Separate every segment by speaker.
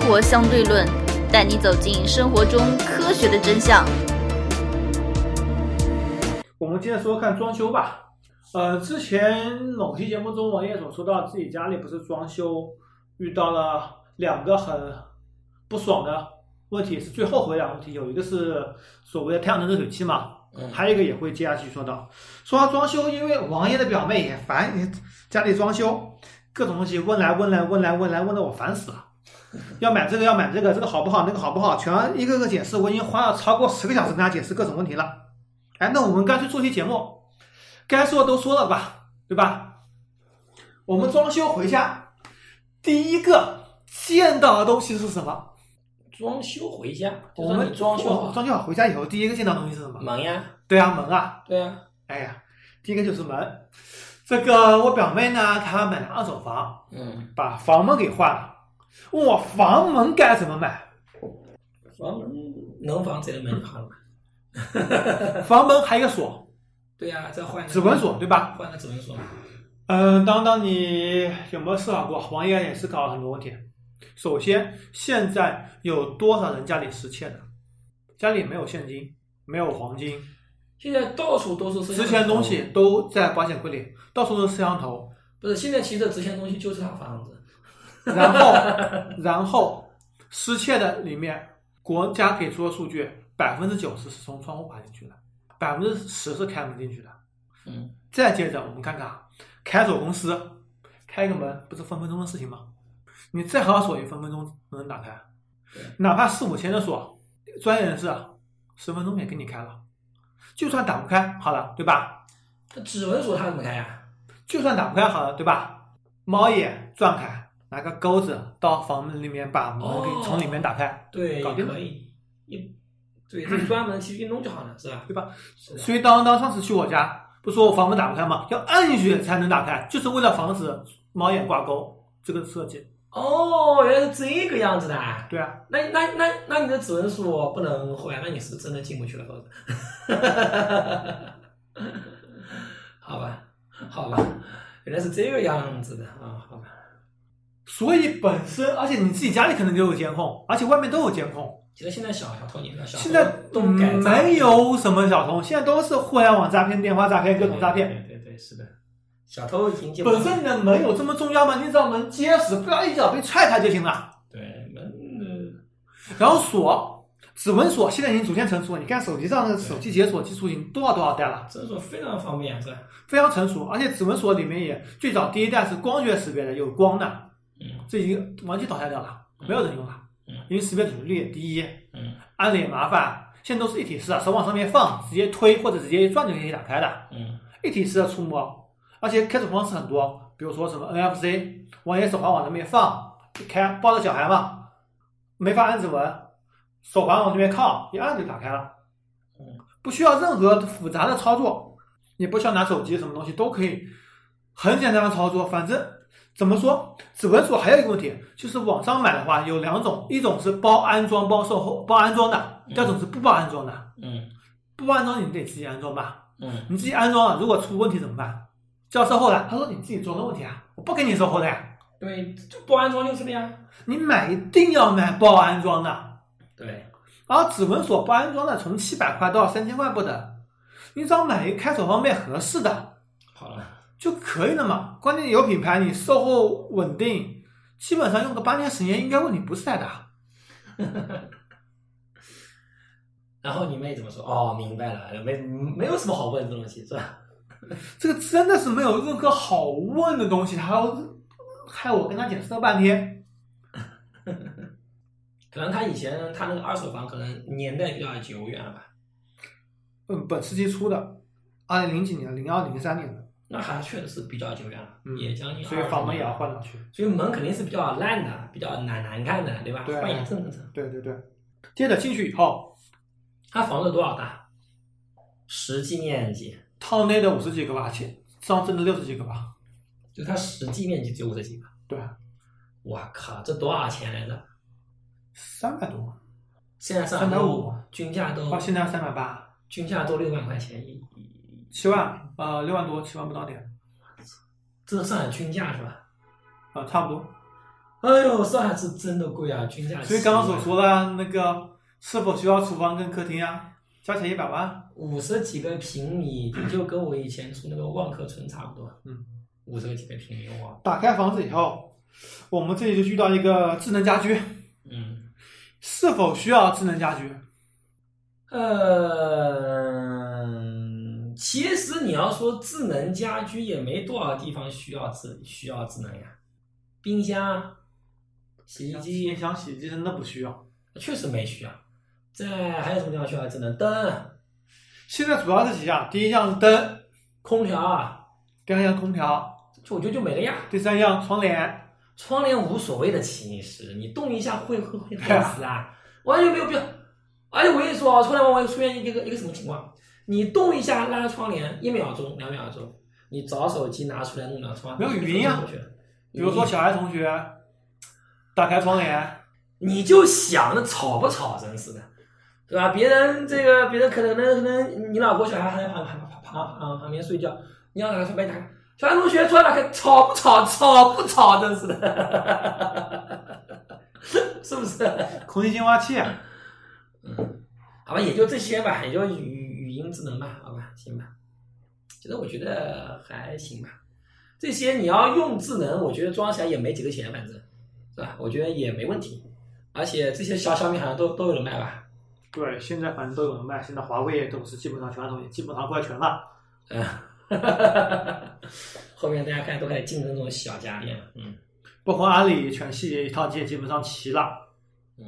Speaker 1: 活相对论》，带你走进生活中科学的真相。
Speaker 2: 我们接着说看装修吧。呃，之前某期节目中，王爷总说到自己家里不是装修遇到了两个很不爽的问题，是最后悔两个问题，有一个是所谓的太阳能热水器嘛，
Speaker 3: 嗯
Speaker 2: 还有一个也会接下去说到。说到装修，因为王爷的表妹也烦你家里装修，各种东西问来问来问来问来问的我烦死了。要买这个要买这个，这个好不好那个好不好，全一个个解释，我已经花了超过十个小时跟他解释各种问题了。哎，那我们干脆做期节目，该说都说了吧，对吧？我们装修回家，第一个见到的东西是什么？
Speaker 3: 装修回家，就
Speaker 2: 我
Speaker 3: 说
Speaker 2: 们
Speaker 3: 你装修
Speaker 2: 我
Speaker 3: 好
Speaker 2: 装修好回家以后，第一个见到的东西是什么？
Speaker 3: 门呀，
Speaker 2: 对啊，门啊，
Speaker 3: 对呀，
Speaker 2: 哎呀，第一个就是门。这个我表妹呢，她买了二手房，
Speaker 3: 嗯，
Speaker 2: 把房门给换了，问我房门该怎么买？
Speaker 3: 房门能防贼的门就好了嘛，
Speaker 2: 房门还有个锁，
Speaker 3: 对呀，再换一个
Speaker 2: 指纹锁，对吧？
Speaker 3: 换个指纹锁，
Speaker 2: 嗯，当当，你有没有思考过？王爷也思考了很多问题。首先，现在有多少人家里实欠的？家里没有现金，没有黄金，
Speaker 3: 现在到处都是摄像头
Speaker 2: 值钱的东西，都在保险柜里，到处都是摄像头。
Speaker 3: 不是现在其实值钱的东西就是他房子，
Speaker 2: 然后，然后失窃的里面，国家给出的数据，百分之九十是从窗户爬进去的，百分之十是开门进去的。
Speaker 3: 嗯，
Speaker 2: 再接着我们看看啊，开锁公司开个门不是分分钟的事情吗？你再好的锁也分分钟能打开，哪怕四五千的锁，专业人士啊十分钟也给你开了。就算打不开，好了，对吧？
Speaker 3: 这指纹锁他怎么开呀？
Speaker 2: 就算打不开，好了，对吧？猫眼转开，拿个钩子到房门里面把门给
Speaker 3: 哦
Speaker 2: 从里面打开，
Speaker 3: 对，
Speaker 2: 搞
Speaker 3: 也
Speaker 2: 定
Speaker 3: 可以，一对，就专门去运动就好了，是吧？
Speaker 2: 对吧？
Speaker 3: 是的
Speaker 2: 所以当当上次去我家，不说我房门打不开吗？要按进去才能打开，就是为了防止猫眼挂钩这个设计。
Speaker 3: 哦，原来是这个样子的啊。
Speaker 2: 对啊，
Speaker 3: 那那那那你的指纹锁不能换，那你是真的进不去了，猴子。 好吧，好吧，原来是这个样子的啊、好吧。
Speaker 2: 所以本身，而且你自己家里可能就有监控，而且外面都有监控。
Speaker 3: 其实现在小小偷，你知道，小偷
Speaker 2: 现在
Speaker 3: 都
Speaker 2: 嗯
Speaker 3: 改造
Speaker 2: 没有什么小偷，现在都是互联网诈骗、电话诈骗、各种诈骗。，
Speaker 3: 对对对对对，是的，小偷已经进不了
Speaker 2: 本身你的门有这么重要吗？你只要门结实，不要一脚被踹开就行了。
Speaker 3: 对门
Speaker 2: 然后锁，指纹锁现在已经逐渐成熟了。你看手机上的手机解锁技术已经多少多少代了
Speaker 3: 呃，这锁非常方便，是吧？
Speaker 2: 非常成熟。而且指纹锁里面也最早第一代是光学识别的，有光的，
Speaker 3: 嗯
Speaker 2: 这已经完全淘汰掉了，没有人用了
Speaker 3: 嗯，
Speaker 2: 因为识别准确率也低，
Speaker 3: 嗯
Speaker 2: 按的也麻烦。现在都是一体式啊，手往上面放，直接推或者直接一转就可以打开的，
Speaker 3: 嗯
Speaker 2: 一体式的触摸，而且开锁方式很多，比如说什么 NFC，往你手环往那边放，一开抱着小孩嘛，没法按指纹，手环往那边靠，一按就打开了
Speaker 3: 嗯，
Speaker 2: 不需要任何复杂的操作，也不需要拿手机什么东西都可以，很简单的操作。反正怎么说，指纹锁还有一个问题，就是网上买的话有两种，一种是包安装包售后包安装的，第二种是不包安装的。
Speaker 3: 嗯
Speaker 2: 不安装你得自己安装吧，
Speaker 3: 嗯，
Speaker 2: 你自己安装了，如果出问题怎么办？叫售后了，他说你自己装的问题啊，我不给你售后的呀，
Speaker 3: 对，就不安装就是这样。
Speaker 2: 你买一定要买包安装的。
Speaker 3: 对，
Speaker 2: 然后指纹锁不安装的，从七百块到三千块不等，你只要买一个开锁方面合适的
Speaker 3: 好了，
Speaker 2: 就可以了嘛。关键有品牌，你售后稳定，基本上用个八年十年，应该问题不啊是太大。
Speaker 3: 然后你妹怎么说？哦，明白了，没没有什么好问的东西，是吧？
Speaker 2: 这个真的是没有任何好问的东西，还要害我跟他解释了半天。
Speaker 3: 可能他以前他那个二手房可能年代比较久远了吧，
Speaker 2: 嗯，本世纪初的，二零零几年、零二零三年的，
Speaker 3: 那还确实是比较久远了，
Speaker 2: 嗯
Speaker 3: 也将近
Speaker 2: 所以
Speaker 3: 20
Speaker 2: 房门也要
Speaker 3: 年了，
Speaker 2: 换上去。
Speaker 3: 所以门肯定是比较烂的，比较难难看的，对吧？
Speaker 2: 对啊
Speaker 3: 换也正常。
Speaker 2: 对对对，接着进去以后，
Speaker 3: 他房子多少大？实际面积，
Speaker 2: 套内的五十几个吧，前上升的六十几个吧。
Speaker 3: 就它实际面积只有这几个。
Speaker 2: 对，啊
Speaker 3: 我靠，这多少钱来着？
Speaker 2: 三百多，
Speaker 3: 现在上海
Speaker 2: 350
Speaker 3: 都均价都
Speaker 2: 啊到现在三百八。
Speaker 3: 均价都六万块钱一，一
Speaker 2: 七万，呃，六万多，七万不到点，
Speaker 3: 这是上海均价是吧？
Speaker 2: 呃，差不多。
Speaker 3: 哎呦，上海是真的贵啊，均价。
Speaker 2: 所以刚刚所说的那个是否需要厨房跟客厅啊，加起来一百万，
Speaker 3: 五十几个平米，就跟我以前住那个万科村差不多。
Speaker 2: 嗯，
Speaker 3: 五十几个平米哇，
Speaker 2: 打开房子以后，我们这里就遇到一个智能家居，
Speaker 3: 嗯，
Speaker 2: 是否需要智能家居？
Speaker 3: 呃，其实你要说智能家居也没多少地方需要智需要智能呀，冰箱、洗衣机
Speaker 2: 冰、箱、洗衣机真的不需要。
Speaker 3: 确实没需要。在还有什么地方需要智能灯、
Speaker 2: 现在主要是几样？第一样是灯，
Speaker 3: 空调啊？
Speaker 2: 第二样空调，
Speaker 3: 就我觉得就没了呀。
Speaker 2: 第三样窗帘。
Speaker 3: 窗帘无所谓的，其实你动一下会会会
Speaker 2: 对
Speaker 3: 冻
Speaker 2: 啊
Speaker 3: 死啊，完全没有必要。而且我跟你说啊，窗帘往往会出现一个一个什么情况？你动一下拉窗帘，一秒钟、两秒钟，你找手机拿出来弄两窗，
Speaker 2: 没有语音啊
Speaker 3: 就出去了
Speaker 2: 比如说小爱同学，打开窗帘，
Speaker 3: 你就想着吵不吵，真是的，对吧？别人这个，别人可能可能可能你老婆小孩还在旁旁旁旁旁旁边睡觉，你要打开窗帘打开，小孩同学出来打开，吵不吵？吵不吵？真是的，是不是？
Speaker 2: 空气净化器，啊
Speaker 3: 嗯，好吧，也就这些吧，也就语语音智能吧，好吧，行吧。其实我觉得还行吧，这些你要用智能，我觉得装起来也没几个钱，反正是吧？我觉得也没问题，而且这些小小米好像都都有人卖吧？
Speaker 2: 对，现在反正都有人卖，现在华为都是基本上全东西，基本上快全了。
Speaker 3: 嗯，后面大家看都开始竞争这种小家电了，嗯
Speaker 2: 包括阿里全系列一套机基本上齐了，
Speaker 3: 嗯，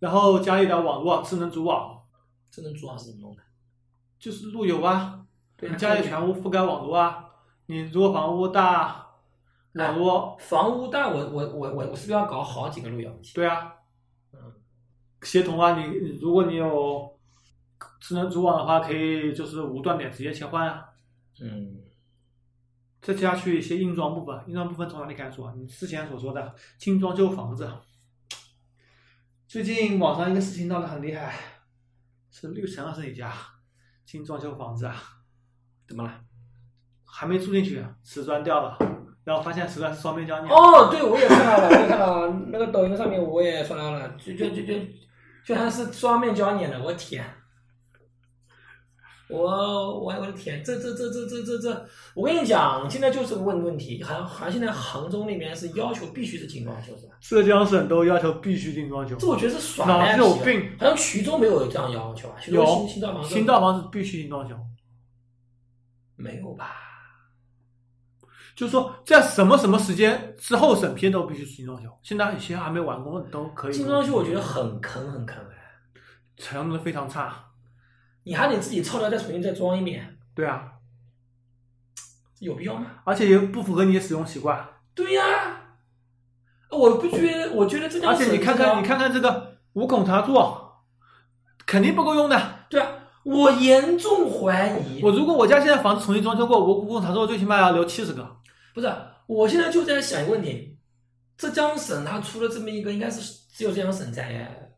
Speaker 2: 然后家里的网络智能组网
Speaker 3: 智能组网是怎么弄的？
Speaker 2: 就是路由啊，
Speaker 3: 对啊
Speaker 2: 你家里全屋覆盖网络啊，你如果房屋大，网络
Speaker 3: 房屋大，我我我我我是不是要搞好几个路由器？
Speaker 2: 对啊
Speaker 3: 嗯，
Speaker 2: 协同啊，你你如果你有智能组网的话，可以就是无断点直接切换啊。
Speaker 3: 嗯，
Speaker 2: 再接下去一些硬装部分，硬装部分从哪里开始说啊？你之前所说的精装修房子，啊最近网上一个事情闹得很厉害，是绿城还是哪家精装修房子啊？
Speaker 3: 怎么了？
Speaker 2: 还没住进去，啊瓷砖掉了，然后发现瓷砖是双面胶粘。
Speaker 3: 哦，对，我也看到了，我也看到了，那个抖音上面我也刷到了，就就就就就还是双面胶粘的，我天！我我我的天，这这这这这这这，我跟你讲，现在就是个问问题，好像好像现在杭州那边是要求必须是精装修是吧？
Speaker 2: 浙江省都要求必须精装修
Speaker 3: 这，我觉得是耍
Speaker 2: 脑
Speaker 3: 赖
Speaker 2: 子有
Speaker 3: 皮啊
Speaker 2: 病
Speaker 3: 好像衢州没有这样要求啊，衢州
Speaker 2: 有
Speaker 3: 新新造房子
Speaker 2: 新造房子必须精装修。
Speaker 3: 没有吧？
Speaker 2: 就是说在什么什么时间之后审批都必须精装修，现在有些还没完工的都可以。
Speaker 3: 精装修我觉得很坑很坑哎，
Speaker 2: 采用的非常差。
Speaker 3: 你还得自己凑料再重新再装一遍，
Speaker 2: 对啊，
Speaker 3: 有必要吗？
Speaker 2: 而且也不符合你的使用习惯。
Speaker 3: 对呀、呃我不觉得，我觉得这叫
Speaker 2: 而且你看
Speaker 3: 省事啊
Speaker 2: 看，你，看看这个五孔插座，肯定不够用的。
Speaker 3: 对啊，我严重怀疑，
Speaker 2: 我如果我家现在房子重新装修过，我五孔插座最起码要留七十个。
Speaker 3: 不是，我现在就在想一个问题，浙江省它出了这么一个，应该是只有浙江省在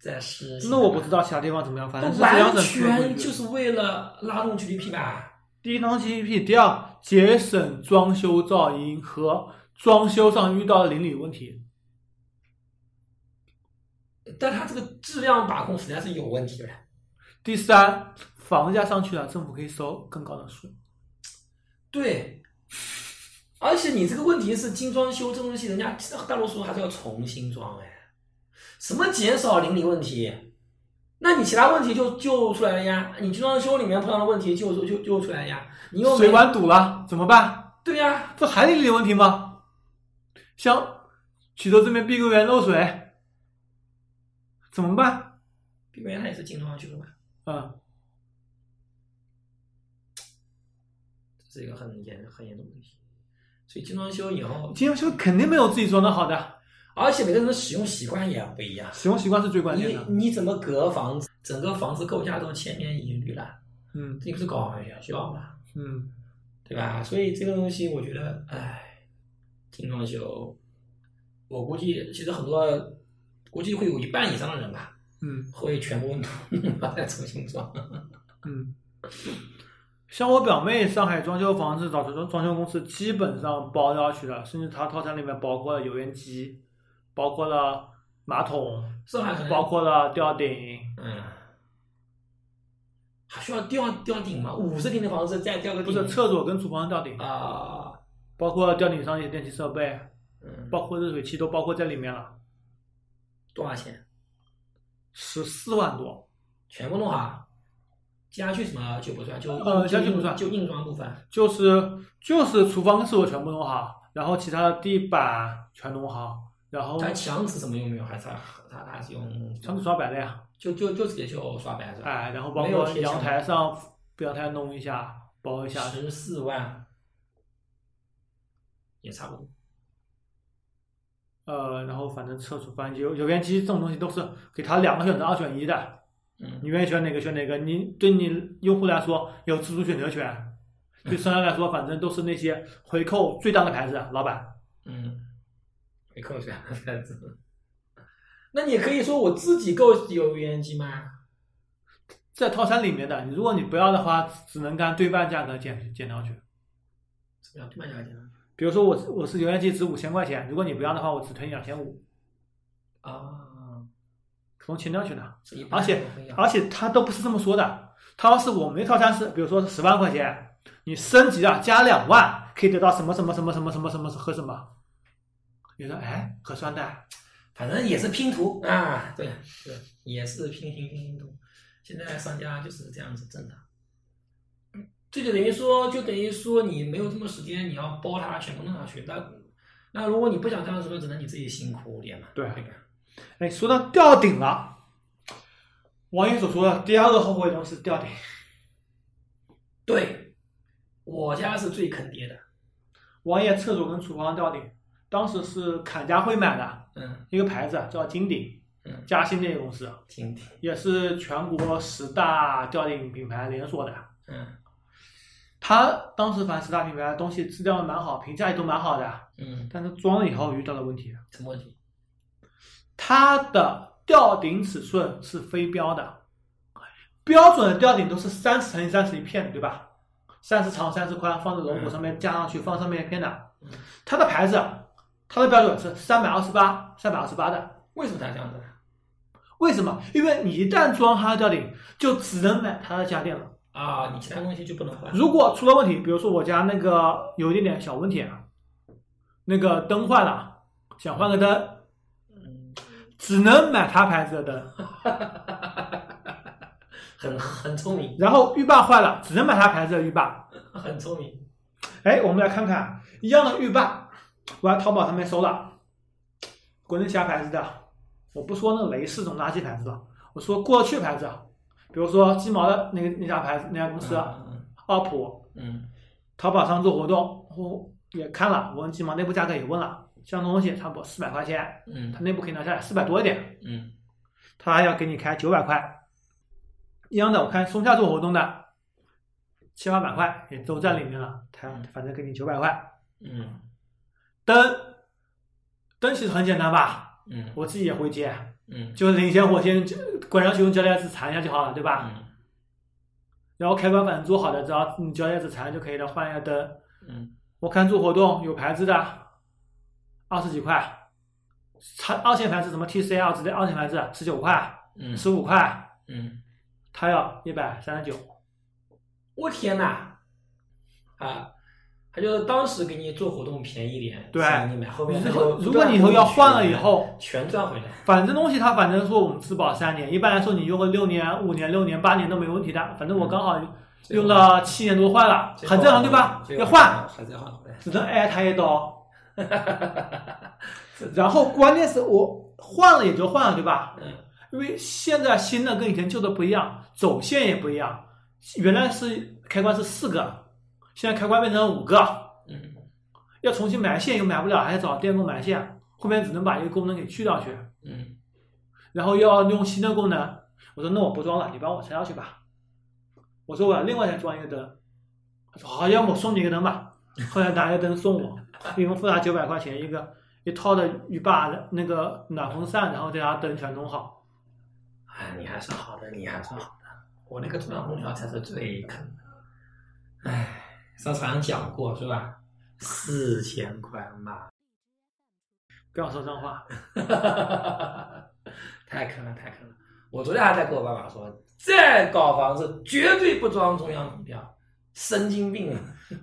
Speaker 3: 在实行，
Speaker 2: 那我不知，道其他地方怎么样，反正是
Speaker 3: 这
Speaker 2: 这样
Speaker 3: 完
Speaker 2: 的区域规
Speaker 3: 全
Speaker 2: 矩。
Speaker 3: 就是为了拉动 GDP 吧？
Speaker 2: 第一当 GDP，第二节省装修噪音和装修上遇到的邻里问题。
Speaker 3: 但它这个质量把控实在是有问题呗。
Speaker 2: 第三，房价上去了，政府可以收更高的税。
Speaker 3: 对，而且你这个问题是精装修这个东西，人家大多数还是要重新装哎，什么减少邻里问题？那你其他问题就就出来了呀，你精装修里面碰到的问题就就就就出来了呀，你又没
Speaker 2: 水管堵了怎么办？
Speaker 3: 对呀，
Speaker 2: 这还得理问题吗？像衢州这边碧桂园漏水，怎么办？
Speaker 3: 碧桂园它也是精装修嘛，
Speaker 2: 嗯，
Speaker 3: 这是一个很严很严重的问题，所以精装修以后，
Speaker 2: 精装修肯定没有自己装的好的，
Speaker 3: 而且每个人的使用习惯也不一样，
Speaker 2: 使用习惯是最关键
Speaker 3: 你
Speaker 2: 的。
Speaker 3: 你怎么隔房子，整个房子构架都千篇一律了，
Speaker 2: 嗯
Speaker 3: 你不是搞哎学校吗？
Speaker 2: 嗯，
Speaker 3: 对吧？所以这个东西，我觉得，唉，精装修，我估计其实很多，估计会有一半以上的人吧，
Speaker 2: 嗯
Speaker 3: 会全部把它重新装。
Speaker 2: 嗯，像我表妹上海装修房子找装装修公司，基本上包下去了，甚至它套餐里面包括了油烟机，包括了马桶，
Speaker 3: 上海可能
Speaker 2: 包括了吊顶，
Speaker 3: 嗯，还需要吊吊顶吗？五十平的房子再吊个
Speaker 2: 不
Speaker 3: 顶，
Speaker 2: 是厕所跟厨房的吊顶，
Speaker 3: 啊，
Speaker 2: 包括吊顶上一些电器设备，
Speaker 3: 嗯，
Speaker 2: 包括热水器都包括在里面了，
Speaker 3: 多少钱？
Speaker 2: 十四万多，
Speaker 3: 全部弄好，接下去什么就不算，就
Speaker 2: 呃
Speaker 3: 硬
Speaker 2: 家具
Speaker 3: 就硬
Speaker 2: 不算
Speaker 3: 就硬装部分。
Speaker 2: 就是就是厨房跟厕所全部弄好，然后其他的地板全弄好，然后
Speaker 3: 但墙纸什么用没有？还是它它它是用
Speaker 2: 墙纸刷白了呀。
Speaker 3: 就就就直接就刷白是吧？
Speaker 2: 哎，然后包
Speaker 3: 嗯没有
Speaker 2: 括
Speaker 3: 贴
Speaker 2: 阳
Speaker 3: 墙
Speaker 2: 台上，阳台弄一下，包一下，
Speaker 3: 十四万也差不多。
Speaker 2: 呃，然后反正厕所，反正油油烟机这种东西都是给他两个选择，二选一的，
Speaker 3: 嗯
Speaker 2: 你愿意选哪个选哪个。你对你用户来说有自主选择权，
Speaker 3: 嗯
Speaker 2: 对商家来说，反正都是那些回扣最大的牌子，老板。
Speaker 3: 嗯，没空选牌子。那你可以说我自己购油烟机吗？
Speaker 2: 在套餐里面的，如果你不要的话，只能干对半价格减减上去。
Speaker 3: 怎么样？对半价钱
Speaker 2: 比如说我是我是油烟机值五千块钱，如果你不要的话，我只退你两千五，
Speaker 3: 啊，
Speaker 2: 从前两去拿。
Speaker 3: 是一半
Speaker 2: 而且
Speaker 3: 不一样
Speaker 2: 而且他都不是这么说的，他要是我们的套餐是，比如说十万块钱，你升级了加两万，可以得到什么什么什么什么什么什么和什么？你说哎，核酸的，
Speaker 3: 反正也是拼图啊，对对，也是拼拼拼拼图。现在商家就是这样子挣的，嗯这就等于说，就等于说你没有这么多时间，你要包它全部弄上去。那那如果你不想这样子做，只能你自己辛苦点嘛。
Speaker 2: 对
Speaker 3: 吧？
Speaker 2: 哎，说到吊顶了，王爷所说的第二个后悔的东西是吊顶，
Speaker 3: 对，我家是最坑爹的。
Speaker 2: 王爷厕所跟厨房吊顶，当时是砍价会买的
Speaker 3: 嗯，
Speaker 2: 一个牌子啊叫金鼎
Speaker 3: 嗯，
Speaker 2: 嘉兴这个公司啊
Speaker 3: 听听，
Speaker 2: 也是全国十大吊顶品牌连锁的。
Speaker 3: 嗯
Speaker 2: 他当时反正十大品牌的东西质量蛮好，评价也都蛮好的，
Speaker 3: 嗯，
Speaker 2: 但是装了以后遇到了问题，
Speaker 3: 什么问题？
Speaker 2: 它的吊顶尺寸是非标的，标准的吊顶都是三十乘以三十一片，对吧？三十长，三十宽，放在龙骨上面加上去，放上面一片的
Speaker 3: 嗯。
Speaker 2: 它的牌子，它的标准是三百二十八，三百二十八的。
Speaker 3: 为什么他这样子呢？
Speaker 2: 为什么？因为你一旦装它的吊顶，就只能买它的家电了。
Speaker 3: 啊，你其他东西就不能换。
Speaker 2: 如果出了问题，比如说我家那个有一点点小问题，啊，那个灯坏了，想换个灯，
Speaker 3: 嗯，
Speaker 2: 只能买他牌子的灯，
Speaker 3: 很很聪明，
Speaker 2: 然后浴霸坏了，只能买他牌子的浴霸。
Speaker 3: 很聪明。
Speaker 2: 哎，我们来看看一样的浴霸，我在淘宝上面搜了，国内其他牌子的，我不说那雷士这种垃圾牌子了，我说过去牌子，啊比如说鸡毛的那个那家牌子那家公司，啊
Speaker 3: 嗯
Speaker 2: 奥普，
Speaker 3: 嗯
Speaker 2: 淘宝上做活动，我也看了，我问鸡毛内部价格也问了，相同东西差不多四百块钱，它
Speaker 3: 嗯
Speaker 2: 内部可以拿下来四百多一点，
Speaker 3: 嗯
Speaker 2: 它还要给你开九百块。一样的，我看松下做活动的，七八百块也都在里面了，它
Speaker 3: 嗯
Speaker 2: 反正给你九百块。
Speaker 3: 嗯
Speaker 2: 灯，灯其实很简单吧，
Speaker 3: 嗯
Speaker 2: 我自己也会接，
Speaker 3: 嗯
Speaker 2: 就是领先火先管上去用胶带子缠一下就好了，对吧？
Speaker 3: 嗯
Speaker 2: 然后开关反正做好的，只要你胶带子缠就可以了，换一下灯，
Speaker 3: 嗯
Speaker 2: 我看做活动有牌子的，二十几块，它二线牌子什么 TCL 之类，二线牌子十九块、
Speaker 3: 嗯
Speaker 2: 十五块，
Speaker 3: 嗯，
Speaker 2: 它要一百三十九。
Speaker 3: 我天哪！啊，他就是当时给你做活动便宜点，
Speaker 2: 对
Speaker 3: 让你买后面
Speaker 2: 如
Speaker 3: 然
Speaker 2: 果
Speaker 3: 后
Speaker 2: 如果你以后要换了以后，
Speaker 3: 全赚回来。
Speaker 2: 反正东西它反正说我们质保三年，一般来说你用个六年、五年、六年、八年都没问题的。反正
Speaker 3: 嗯
Speaker 2: 我刚好用了七年多坏了，很正常对吧？
Speaker 3: 这个
Speaker 2: 要换，
Speaker 3: 还是要换回来。
Speaker 2: 只能挨它一 刀。然后关键是我换了也就换了对吧？
Speaker 3: 嗯
Speaker 2: 因为现在新的跟以前旧的不一样，走线也不一样。原来是开关是四个，现在开关变成五个，
Speaker 3: 嗯
Speaker 2: 要重新埋线又买不了，还得找电工埋线，后面只能把一个功能给去掉去，
Speaker 3: 嗯
Speaker 2: 然后又要用新的功能。我说那我不装了，你帮我拆掉去吧。我说我要另外再装一个灯，他说好，要么我送你一个灯吧。后来拿一个灯送我，一共付他九百块钱一个一套的浴霸那个暖风扇，然后再加灯全弄好。
Speaker 3: 哎，你还算好的，你还算好的。我那个中央空调才是最坑的。唉，上次好像讲过是吧？四千块嘛，
Speaker 2: 不要说脏话。
Speaker 3: 太坑了，太坑了！我昨天还在跟我爸爸说，再搞房子绝对不装中央空调，神经病啊！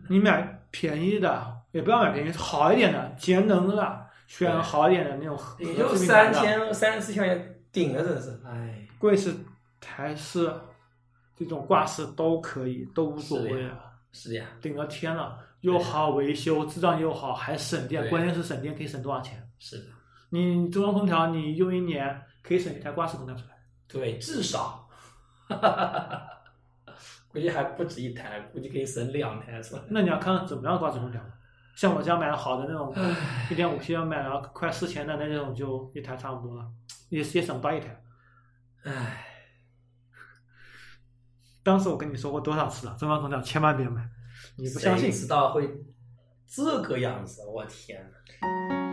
Speaker 2: 你买便宜的，也不要买便宜，好一点的，节能的，选好一点的那种合。
Speaker 3: 也就
Speaker 2: 合资品牌
Speaker 3: 三
Speaker 2: 的，
Speaker 3: 千、三四千块钱顶了，真是，哎，
Speaker 2: 贵是台式，这种挂式都可以，都无所
Speaker 3: 是的
Speaker 2: 谓
Speaker 3: 呀
Speaker 2: 了，
Speaker 3: 是呀，
Speaker 2: 顶了天了，又好维修，质量又好，还省电，
Speaker 3: 对
Speaker 2: 关键是省电可以省多少钱？
Speaker 3: 是的，
Speaker 2: 你中央空调你用一年可以省一台挂式空调出来。
Speaker 3: 对，至少，估计还不止一台，估计可以省两台是吧？
Speaker 2: 那你要看怎么样挂式空调，像我家买的好的那 种，
Speaker 3: 唉，
Speaker 2: 一点五 T 要买了快四千的那种，就一台差不多了，也也省不到一台。
Speaker 3: 唉，
Speaker 2: 当时我跟你说过多少次了，中央空调千万别买，你不相信
Speaker 3: 谁？知道会这个样子？我天哪！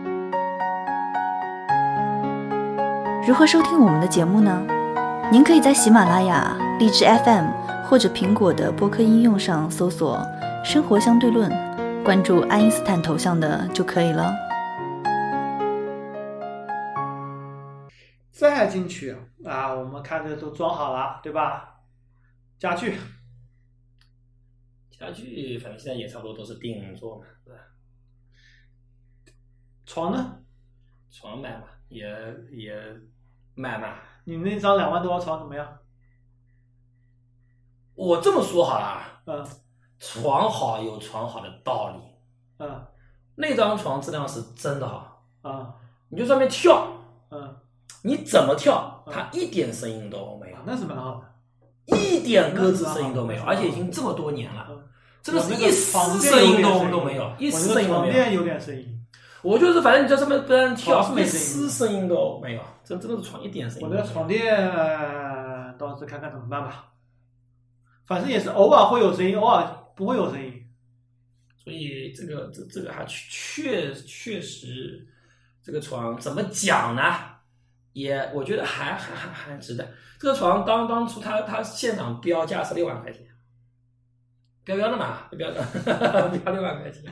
Speaker 4: 如何收听我们的节目呢？您可以在喜马拉雅、荔枝 FM 或者苹果的播客应用上搜索“生活相对论”，关注爱因斯坦头像的就可以了。
Speaker 2: 再进去啊，我们看这都装好了，对吧？家具，
Speaker 3: 家具反正现在也差不多都是定做嘛，对吧？
Speaker 2: 床呢？
Speaker 3: 床买嘛，也也买嘛。
Speaker 2: 你那张两万多的床怎么样？
Speaker 3: 我这么说好了啊，
Speaker 2: 嗯
Speaker 3: 床好有床好的道理，
Speaker 2: 嗯
Speaker 3: 那张床质量是真的好，
Speaker 2: 嗯
Speaker 3: 你就上面跳，
Speaker 2: 嗯，
Speaker 3: 你怎么跳，
Speaker 2: 嗯
Speaker 3: 它一点声音都没有，
Speaker 2: 那是蛮好的。
Speaker 3: 一点咯吱声音都没有，
Speaker 2: 嗯
Speaker 3: 而且已经这么多年了
Speaker 2: 嗯，
Speaker 3: 真的是
Speaker 2: 我那
Speaker 3: 一
Speaker 2: 个
Speaker 3: 丝
Speaker 2: 床
Speaker 3: 声
Speaker 2: 垫有
Speaker 3: 音
Speaker 2: 点
Speaker 3: 都
Speaker 2: 声音
Speaker 3: 都没有，一
Speaker 2: 我
Speaker 3: 丝
Speaker 2: 那个
Speaker 3: 声音都
Speaker 2: 床
Speaker 3: 没有。
Speaker 2: 垫有点声音，
Speaker 3: 我就是反正你在上面不让跳，
Speaker 2: 床
Speaker 3: 一
Speaker 2: 没声
Speaker 3: 丝
Speaker 2: 音
Speaker 3: 声音都没有，真真的是床一点声音
Speaker 2: 我
Speaker 3: 都没
Speaker 2: 那
Speaker 3: 有。
Speaker 2: 个床垫呃到时看看怎么办吧。反正也是偶尔会有声音，偶尔不会有声音。
Speaker 3: 所以这个这这个还确确确实，这个床怎么讲呢？也我觉得还还还还值得。这个床当当初他他现场标价是六万块钱，标标的嘛，标标的 标六万块钱。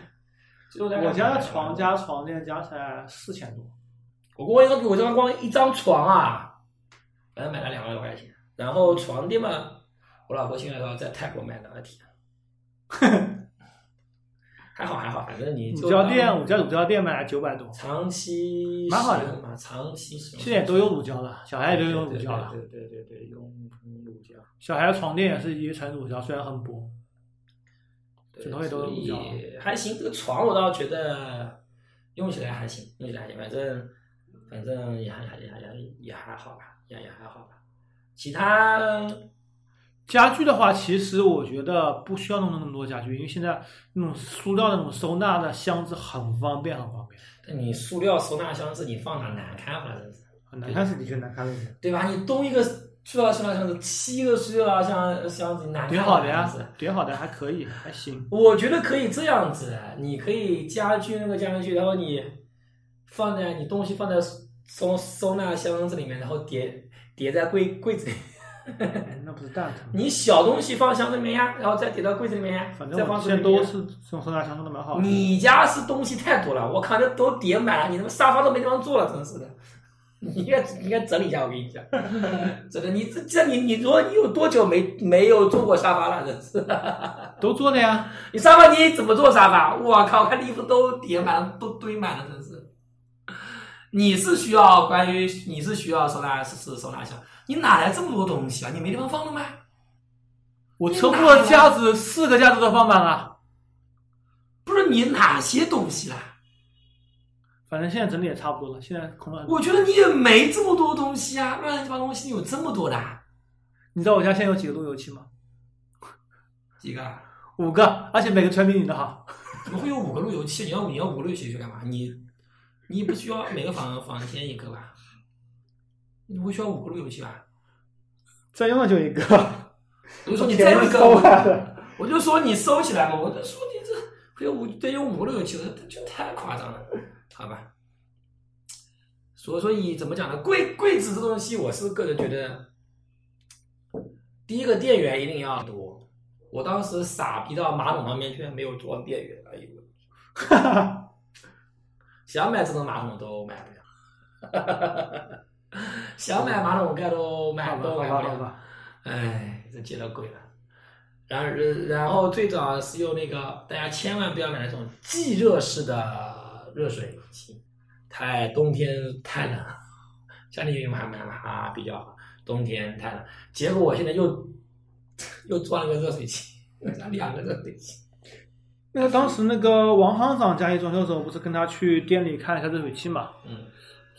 Speaker 3: 最后大概
Speaker 2: 我家的
Speaker 3: 买了
Speaker 2: 床，加床垫加起来四千多，
Speaker 3: 我光一个我家光一张床啊，反正买了两万多块钱。然后床垫嘛，我老婆去那时候在泰国买的，我天，还好还好，反正你
Speaker 2: 乳
Speaker 3: 就
Speaker 2: 胶
Speaker 3: 当
Speaker 2: 垫我家乳胶垫买了九百多，
Speaker 3: 长期
Speaker 2: 蛮好的
Speaker 3: 使用嘛，长期使用。
Speaker 2: 现在也都用乳胶了，小孩也都用乳胶了。
Speaker 3: 对对对对对，用用乳胶。
Speaker 2: 小孩的床垫也是一层乳胶，虽然很薄。
Speaker 3: 对
Speaker 2: 枕头也都用乳胶
Speaker 3: 所以还行。这个床我倒觉得用起来还行，用起来还行，反正反正也还也还也还也还好吧，也也还好吧。其他
Speaker 2: 家具的话，其实我觉得不需要弄那么多家具，因为现在那种塑料的那种收纳的箱子很方便，很方便。
Speaker 3: 你塑料收纳箱子你放哪难看啊，真是，
Speaker 2: 很难看是的确难看的，
Speaker 3: 对吧？你东一个塑料收纳箱子，西一个塑料箱箱子，你难看
Speaker 2: 挺
Speaker 3: 啊
Speaker 2: 好的呀
Speaker 3: 真是，
Speaker 2: 挺好的，还可以，还 行。
Speaker 3: 我觉得可以这样子，你可以家具那个家具，然后你放在你东西放在收收纳箱子里面，然后叠叠在柜柜子里。
Speaker 2: 那不是蛋疼。
Speaker 3: 你小东西放箱子里面呀，然后再叠到柜子里面呀，
Speaker 2: 反
Speaker 3: 再
Speaker 2: 正我
Speaker 3: 放
Speaker 2: 们现在
Speaker 3: 柜子里面
Speaker 2: 都
Speaker 3: 呀。
Speaker 2: 是这种收纳箱弄的蛮好的。
Speaker 3: 你家是东西太多了，我看这都叠满了，你他妈沙发都没地方坐了，真是的。 你应该你应该整理一下，我跟你讲，真的，你这这你你说你有多久没没有坐过沙发了？真是。
Speaker 2: 都做的呀，
Speaker 3: 你沙发你怎么坐沙发？我靠，看衣服都叠满了，都堆满了，真是。你是需要关于你是需要收纳是是收纳箱，你哪来这么多东西啊？你没地方放了吗？
Speaker 2: 我车库的架子四个架子都放满了，
Speaker 3: 不是你哪些东西啦？
Speaker 2: 反正现在整理也差不多了，现在空了很多。
Speaker 3: 我觉得你也没这么多东西啊，乱七八糟东西你有这么多的啊、
Speaker 2: 你知道我家现在有几个路由器吗？
Speaker 3: 几个啊？
Speaker 2: 五个，而且每个全比你的好。
Speaker 3: 怎么会有五个路由器？你要你要五个路由器去干嘛？你你不需要每个房房间一个吧？你不需要五个路由器吧？
Speaker 2: 再用了就 一个。
Speaker 3: 我就说你再用一个，
Speaker 2: 收来了
Speaker 3: 我我就说你收起来嘛，我就说你这会有五对用五个路由器，这这太夸张了，好吧？所以说以怎么讲呢？柜柜子这东西，我是个人觉得，第一个电源一定要多，我当时傻逼到马桶旁边居然没有装电源，哎呦 我去！想买智能马桶都买不了， 想买马桶盖都
Speaker 2: 好
Speaker 3: 买
Speaker 2: 吧，
Speaker 3: 都买
Speaker 2: 好吧，好
Speaker 3: 不了，
Speaker 2: 吧，
Speaker 3: 哎，这见到鬼了。然后，然后最早是用那个，大家千万不要买那种即热式的热水器，太冬天太冷了，家里用还买啊比较好，冬天太冷。结果我现在又又装了个热水器，两个热水器。
Speaker 2: 那个当时那个王行长家里装修的时候，不是跟他去店里看了一下热水器嘛，
Speaker 3: 嗯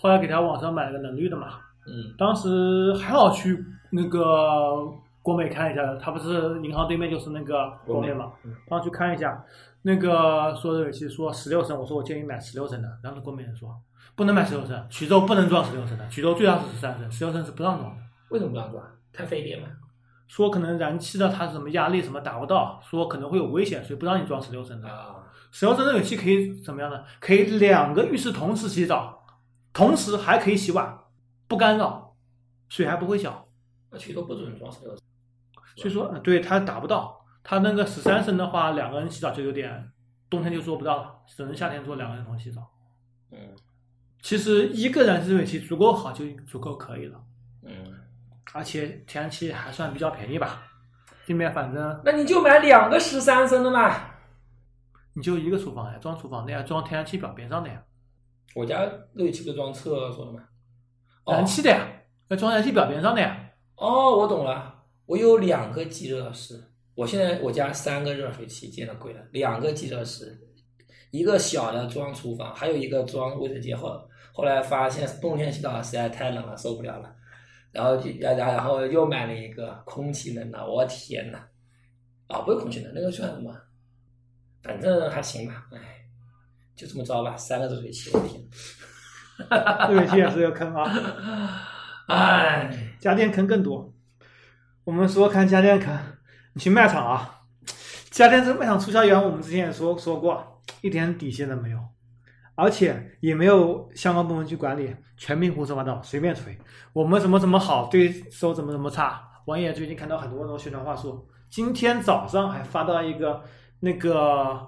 Speaker 2: 后来给他网上买了个能绿的嘛，
Speaker 3: 嗯
Speaker 2: 当时还好去那个国美看一下，他不是银行对面就是那个国美嘛
Speaker 3: 国美嗯，
Speaker 2: 然后去看一下，那个说热水器说十六升，我说我建议买十六升的，然后国美人说不能买十六升，衢州不能装十六升的，衢州最大是十三升，十六升是不让装的。，
Speaker 3: 为什么不让装？太费电嘛。
Speaker 2: 说可能燃气的它是什么压力什么达不到，说可能会有危险，所以不让你装十六升的。
Speaker 3: 啊，
Speaker 2: 十六升热水器可以怎么样呢？可以两个浴室同时洗澡，同时还可以洗碗，不干扰，水还不会小。
Speaker 3: 那许多不准装十六升。
Speaker 2: 所以说，呃对它达不到。它那个十三升的话，两个人洗澡就有点，冬天就做不到了，只能夏天做两个人同时洗澡。
Speaker 3: 嗯
Speaker 2: 其实一个燃气热水器足够好就足够可以了，
Speaker 3: 嗯，
Speaker 2: 而且天然气还算比较便宜吧。对面反正
Speaker 3: 那你就买两个十三升的嘛。
Speaker 2: 你就一个厨房呀，装厨房的呀，装天然气表边上的呀，
Speaker 3: 我家热水器不是装厕所的嘛？哦
Speaker 2: 燃气的呀，要装燃气表边上 的呀。
Speaker 3: 哦，我懂了，我有两个即热式，我现在我家三个热水器，见了鬼了，两个即热式，一个小的装厨房，还有一个装卫生间。后后来发现冬天洗澡实在太冷了，受不了了，然后就然然后又买了一个空气能的，我天呐！啊，不是空气能，那个算什么？反正还行吧，哎，就这么着吧，三个热水器，我天，
Speaker 2: 热水器也是个坑啊，
Speaker 3: 哎。
Speaker 2: 家电坑更多。我们说看家电坑，你去卖场啊，家电这个卖场促销员，我们之前也说说过，一点底线都没有，而且也没有相关部门去管理，全民胡说八道，随便吹。我们怎么怎么好，对手怎么怎么差。王爷最近看到很多那种宣传话术，今天早上还发到一个那个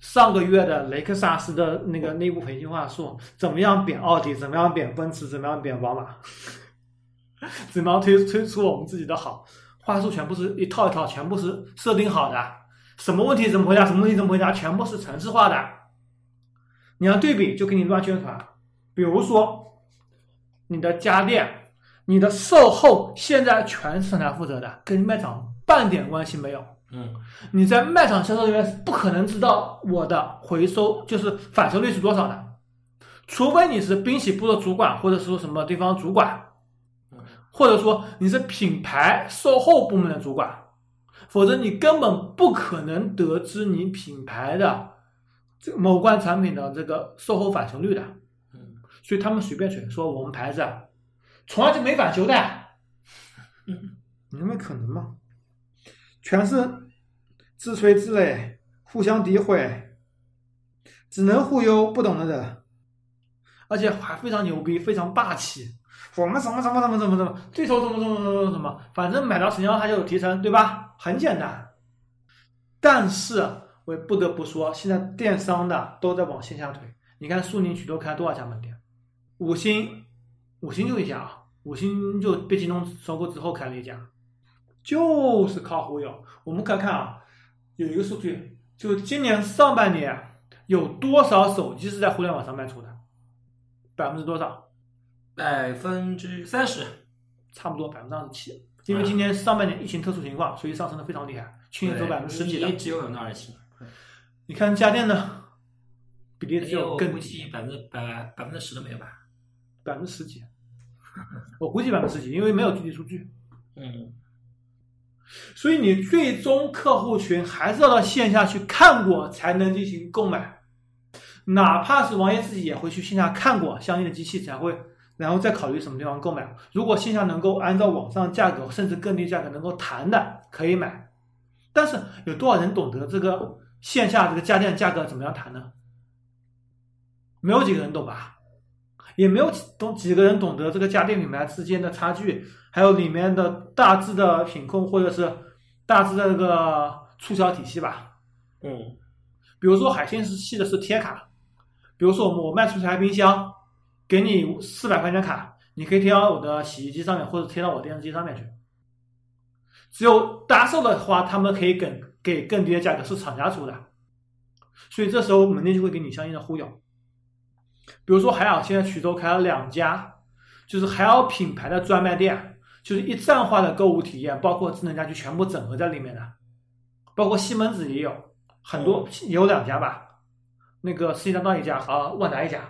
Speaker 2: 上个月的雷克萨斯的那个内部培训话术，怎么样贬奥迪，怎么样贬奔驰，怎么样贬宝马。怎么样推推出我们自己的好，话术全部是一套一套，全部是设定好的，什么问题怎么回答，什么问题怎么回答，全部是程式化的。你要对比就给你乱宣传，比如说你的家电、你的售后，现在全是厂家负责的，跟卖场半点关系没有。
Speaker 3: 嗯
Speaker 2: 你在卖场销售人员是不可能知道我的回收就是返收率是多少的，除非你是冰洗部的主管或者是说什么地方主管，
Speaker 3: 嗯
Speaker 2: 或者说你是品牌售后部门的主管，否则你根本不可能得知你品牌的这某款产品的这个售后返修率的。
Speaker 3: 嗯，
Speaker 2: 所以他们随便选，说我们牌子啊从来就没返修的， 你们可能吗？全是自吹自擂，互相诋毁，只能忽悠不懂的人，而且还非常牛逼，非常霸气。我们怎么怎么怎么怎么怎么，对手怎么怎么怎么怎么怎么，反正买到什么样它就有提成，对吧？很简单。但是我也不得不说，现在电商的都在往线下推。你看苏宁、衢州开了多少家门店？五
Speaker 3: 嗯
Speaker 2: 星，五星就一家啊，五星就被京东收购之后开了一家，就是靠忽悠。我们看看啊，有一个数据，就今年上半年有多少手机是在互联网上卖出的？百分之多少？
Speaker 3: 百分之三十。
Speaker 2: 差不多百分之二十七。因
Speaker 3: 嗯
Speaker 2: 为今年上半年疫情特殊情况，所以上升的非常厉害，去年只有百分之十几的。
Speaker 3: 也只有百分之二十七，
Speaker 2: 你看家电呢，比例只
Speaker 3: 只有
Speaker 2: 有更
Speaker 3: 估
Speaker 2: 低
Speaker 3: 计，百分之百百分之十都没有吧？
Speaker 2: 百分之十几。我估计百分之十几，因为没有具体数据。
Speaker 3: 嗯，
Speaker 2: 所以你最终客户群还是要到线下去看过才能进行购买，哪怕是王爷自己也会去线下看过相应的机器才会，然后再考虑什么地方购买。如果线下能够按照网上价格甚至更低价格能够谈的，可以买。但是有多少人懂得这个线下这个家电价格怎么样谈呢？没有几个人懂吧？也没有几懂几个人懂得这个家电品牌之间的差距，还有里面的大致的品控或者是大致的这个促销体系吧。
Speaker 3: 嗯
Speaker 2: 比如说海鲜是系的是贴卡，比如说我们我卖出去台冰箱，给你四百块钱卡，你可以贴到我的洗衣机上面，或者贴到我电视机上面去。只有搭售的话，他们可以给给更低的价格，是厂家出的，所以这时候门店就会给你相应的忽悠。比如说海尔现在徐州开了两家，就是海尔品牌的专卖店，就是一站化的购物体验，包括智能家居全部整合在里面的，包括西门子也有很多，也有两家吧，那个世纪大道一家和万达一家，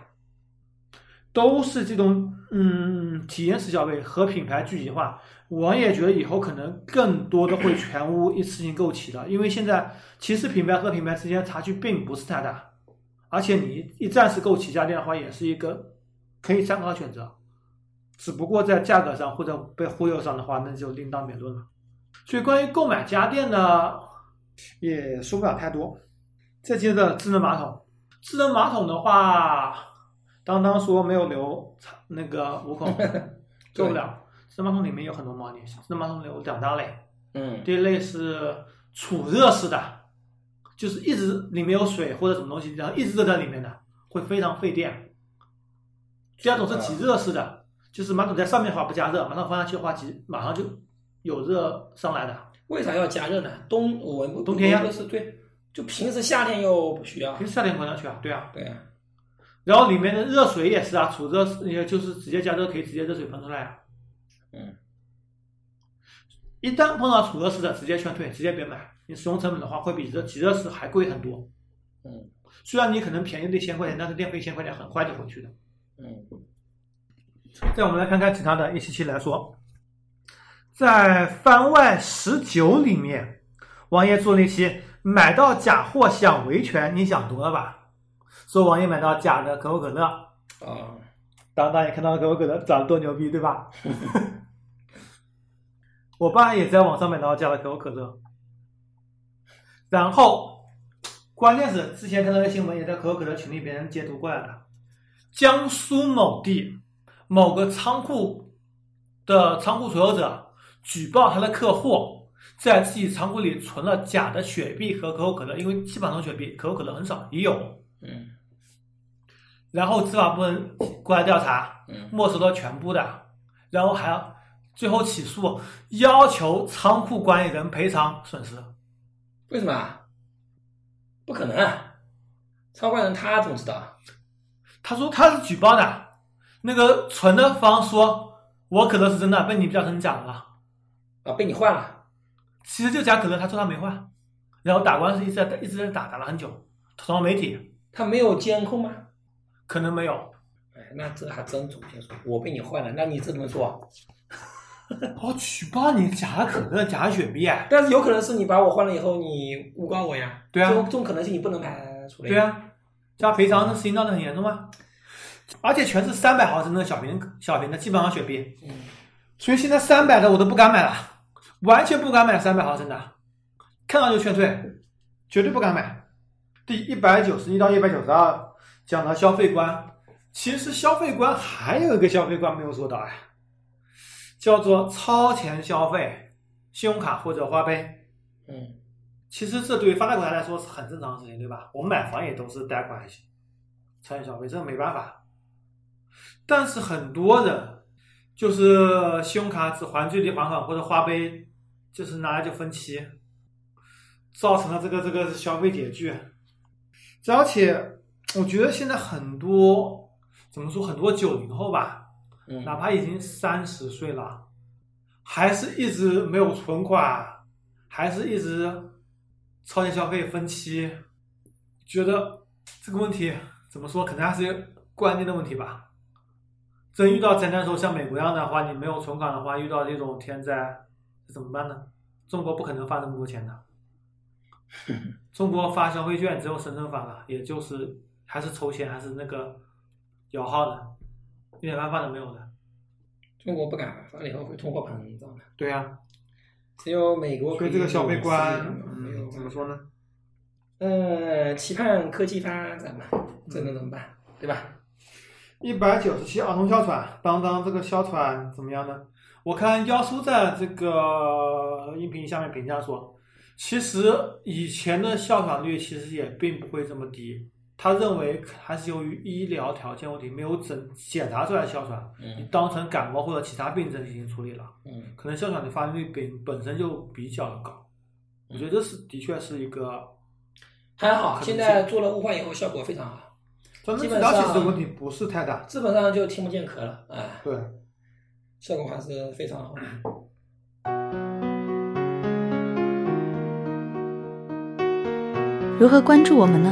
Speaker 2: 都是这种嗯体验式消费和品牌聚集化。我也觉得以后可能更多的会全屋一次性购齐了，因为现在其实品牌和品牌之间差距并不是太大。而且你一站式购齐家电的话，也是一个可以参考的选择。只不过在价格上或者被忽悠上的话，那就另当别论了。所以关于购买家电呢，也说不了太多。再接着智能马桶，智能马桶的话，当当说没有留那个五孔做不了。智能马桶里面有很多猫腻，智能马桶有两大类，
Speaker 3: 嗯
Speaker 2: 第一类是储热式的，就是一直里面有水或者什么东西，然后一直热在里面的，会非常费电。第二种是极热式的，就是马桶在上面的话不加热，马上放下去的话极马上就有热上来的。
Speaker 3: 为啥要加热呢？冬我我
Speaker 2: 冬天呀
Speaker 3: 我就是对，就平时夏天又不需要
Speaker 2: 平。时夏天不能去啊，对啊。
Speaker 3: 对啊，
Speaker 2: 然后里面的热水也是啊，储热也就是直接加热可以直接热水喷出来啊。
Speaker 3: 嗯。
Speaker 2: 一旦碰到储热式的，直接劝退，直接别买。你使用成本的话，会比热极热式还贵很多。
Speaker 3: 嗯
Speaker 2: 虽然你可能便宜了一千块钱，但是电费一千块钱很快就回去的。
Speaker 3: 嗯
Speaker 2: 再我们来看看其他的一期期来说，在番外十九里面，王爷做了一期买到假货想维权，你想多了吧？说王爷买到假的可口可乐，
Speaker 3: 啊，
Speaker 2: 当当也看到了可口可乐长得多牛逼，对吧？ 我爸也在网上买到假的可口可乐，然后关键是之前看到一个新闻，也在可口可乐群里别人截图过来的，江苏某地某个仓库的仓库所有者举报他的客户在自己仓库里存了假的雪碧和可口可乐，因为基本上雪碧、可口可乐很少，也有。
Speaker 3: 嗯
Speaker 2: 然后执法部门过来调查，
Speaker 3: 嗯
Speaker 2: 没收了全部的，然后还要最后起诉，要求仓库管理人赔偿损失。
Speaker 3: 为什么啊？不可能啊！超怪人他怎么知道啊？
Speaker 2: 他说他是举报的，那个存的方说，我可乐是真的，被你叫成假的了。
Speaker 3: 啊，被你换了。
Speaker 2: 其实就假可乐，他说他没换，然后打官司一直在一直在打，打了很久，投到媒体，
Speaker 3: 他没有监控吗？
Speaker 2: 可能没有。
Speaker 3: 哎，那这还真总结说，我被你换了，那你这怎么说？
Speaker 2: 我举报你假的可乐、假的雪碧，哎
Speaker 3: 但是有可能是你把我换了以后，你诬告我呀。
Speaker 2: 对啊
Speaker 3: 这种这种可能性你不能排除的。
Speaker 2: 对，啊，加赔偿那事情闹得很严重啊，而且全是三百毫升的小瓶小瓶的，基本上雪碧，
Speaker 3: 嗯
Speaker 2: 所以现在三百的我都不敢买了，完全不敢买三百毫升的，看到就劝退，绝对不敢买。第一百九十一到一百九十二讲了消费观，其实消费观还有一个消费观没有说到哎，叫做超前消费，信用卡或者花呗。
Speaker 3: 嗯
Speaker 2: 其实这对于发达国家来说是很正常的事情，对吧？我们买房也都是贷款超前消费，这没办法。但是很多人就是信用卡只还最低还款或者花呗，就是拿来就分期，造成了这个这个消费拮据。而且我觉得现在很多怎么说，很多九零后吧，
Speaker 3: 嗯
Speaker 2: 哪怕已经三十岁了，还是一直没有存款，还是一直超前消费分期，觉得这个问题怎么说，可能还是一个关键的问题吧。真遇到灾难的时候，像美国一样的话，你没有存款的话，遇到这种天灾怎么办呢？中国不可能发那么多钱的。中国发消费券只有深圳发了，也就是还是筹钱，还是那个摇号的，一点办法都没有的。
Speaker 3: 中国不敢发，发了以后会通货膨胀的。
Speaker 2: 对呀、
Speaker 3: 只有美国
Speaker 2: 所以这个消费观，
Speaker 3: 没有
Speaker 2: 嗯，怎么说呢？
Speaker 3: 呃，期盼科技发展嘛，这能怎么办？
Speaker 2: 嗯
Speaker 3: 对吧？
Speaker 2: 一百九十七儿童哮喘，当当这个哮喘怎么样呢？我看妖叔在这个音频下面评价说，其实以前的校长率其实也并不会这么低，他认为还是由于医疗条件问题没有诊检查出来哮喘，你
Speaker 3: 嗯
Speaker 2: 当成感冒或者其他病症进行处理了，
Speaker 3: 嗯
Speaker 2: 可能哮喘的发病率本本身就比较高。我觉得这是的确是一个
Speaker 3: 还
Speaker 2: 可
Speaker 3: 好，
Speaker 2: 能
Speaker 3: 现
Speaker 2: 性
Speaker 3: 在做了雾化以后效果非常好，
Speaker 2: 专门
Speaker 3: 基
Speaker 2: 治
Speaker 3: 本
Speaker 2: 疗，其实这
Speaker 3: 上
Speaker 2: 个问题不是太大。
Speaker 3: 基本上就听不见咳了，哎，
Speaker 2: 对，
Speaker 3: 效果还是非常好。
Speaker 4: 如何关注我们呢？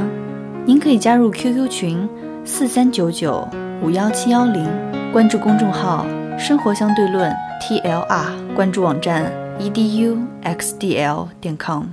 Speaker 4: 您可以加入 QQ 群四三九九五幺七幺零，关注公众号“生活 E 相对论 ”TLR，关注网站 eduxdl 点 com。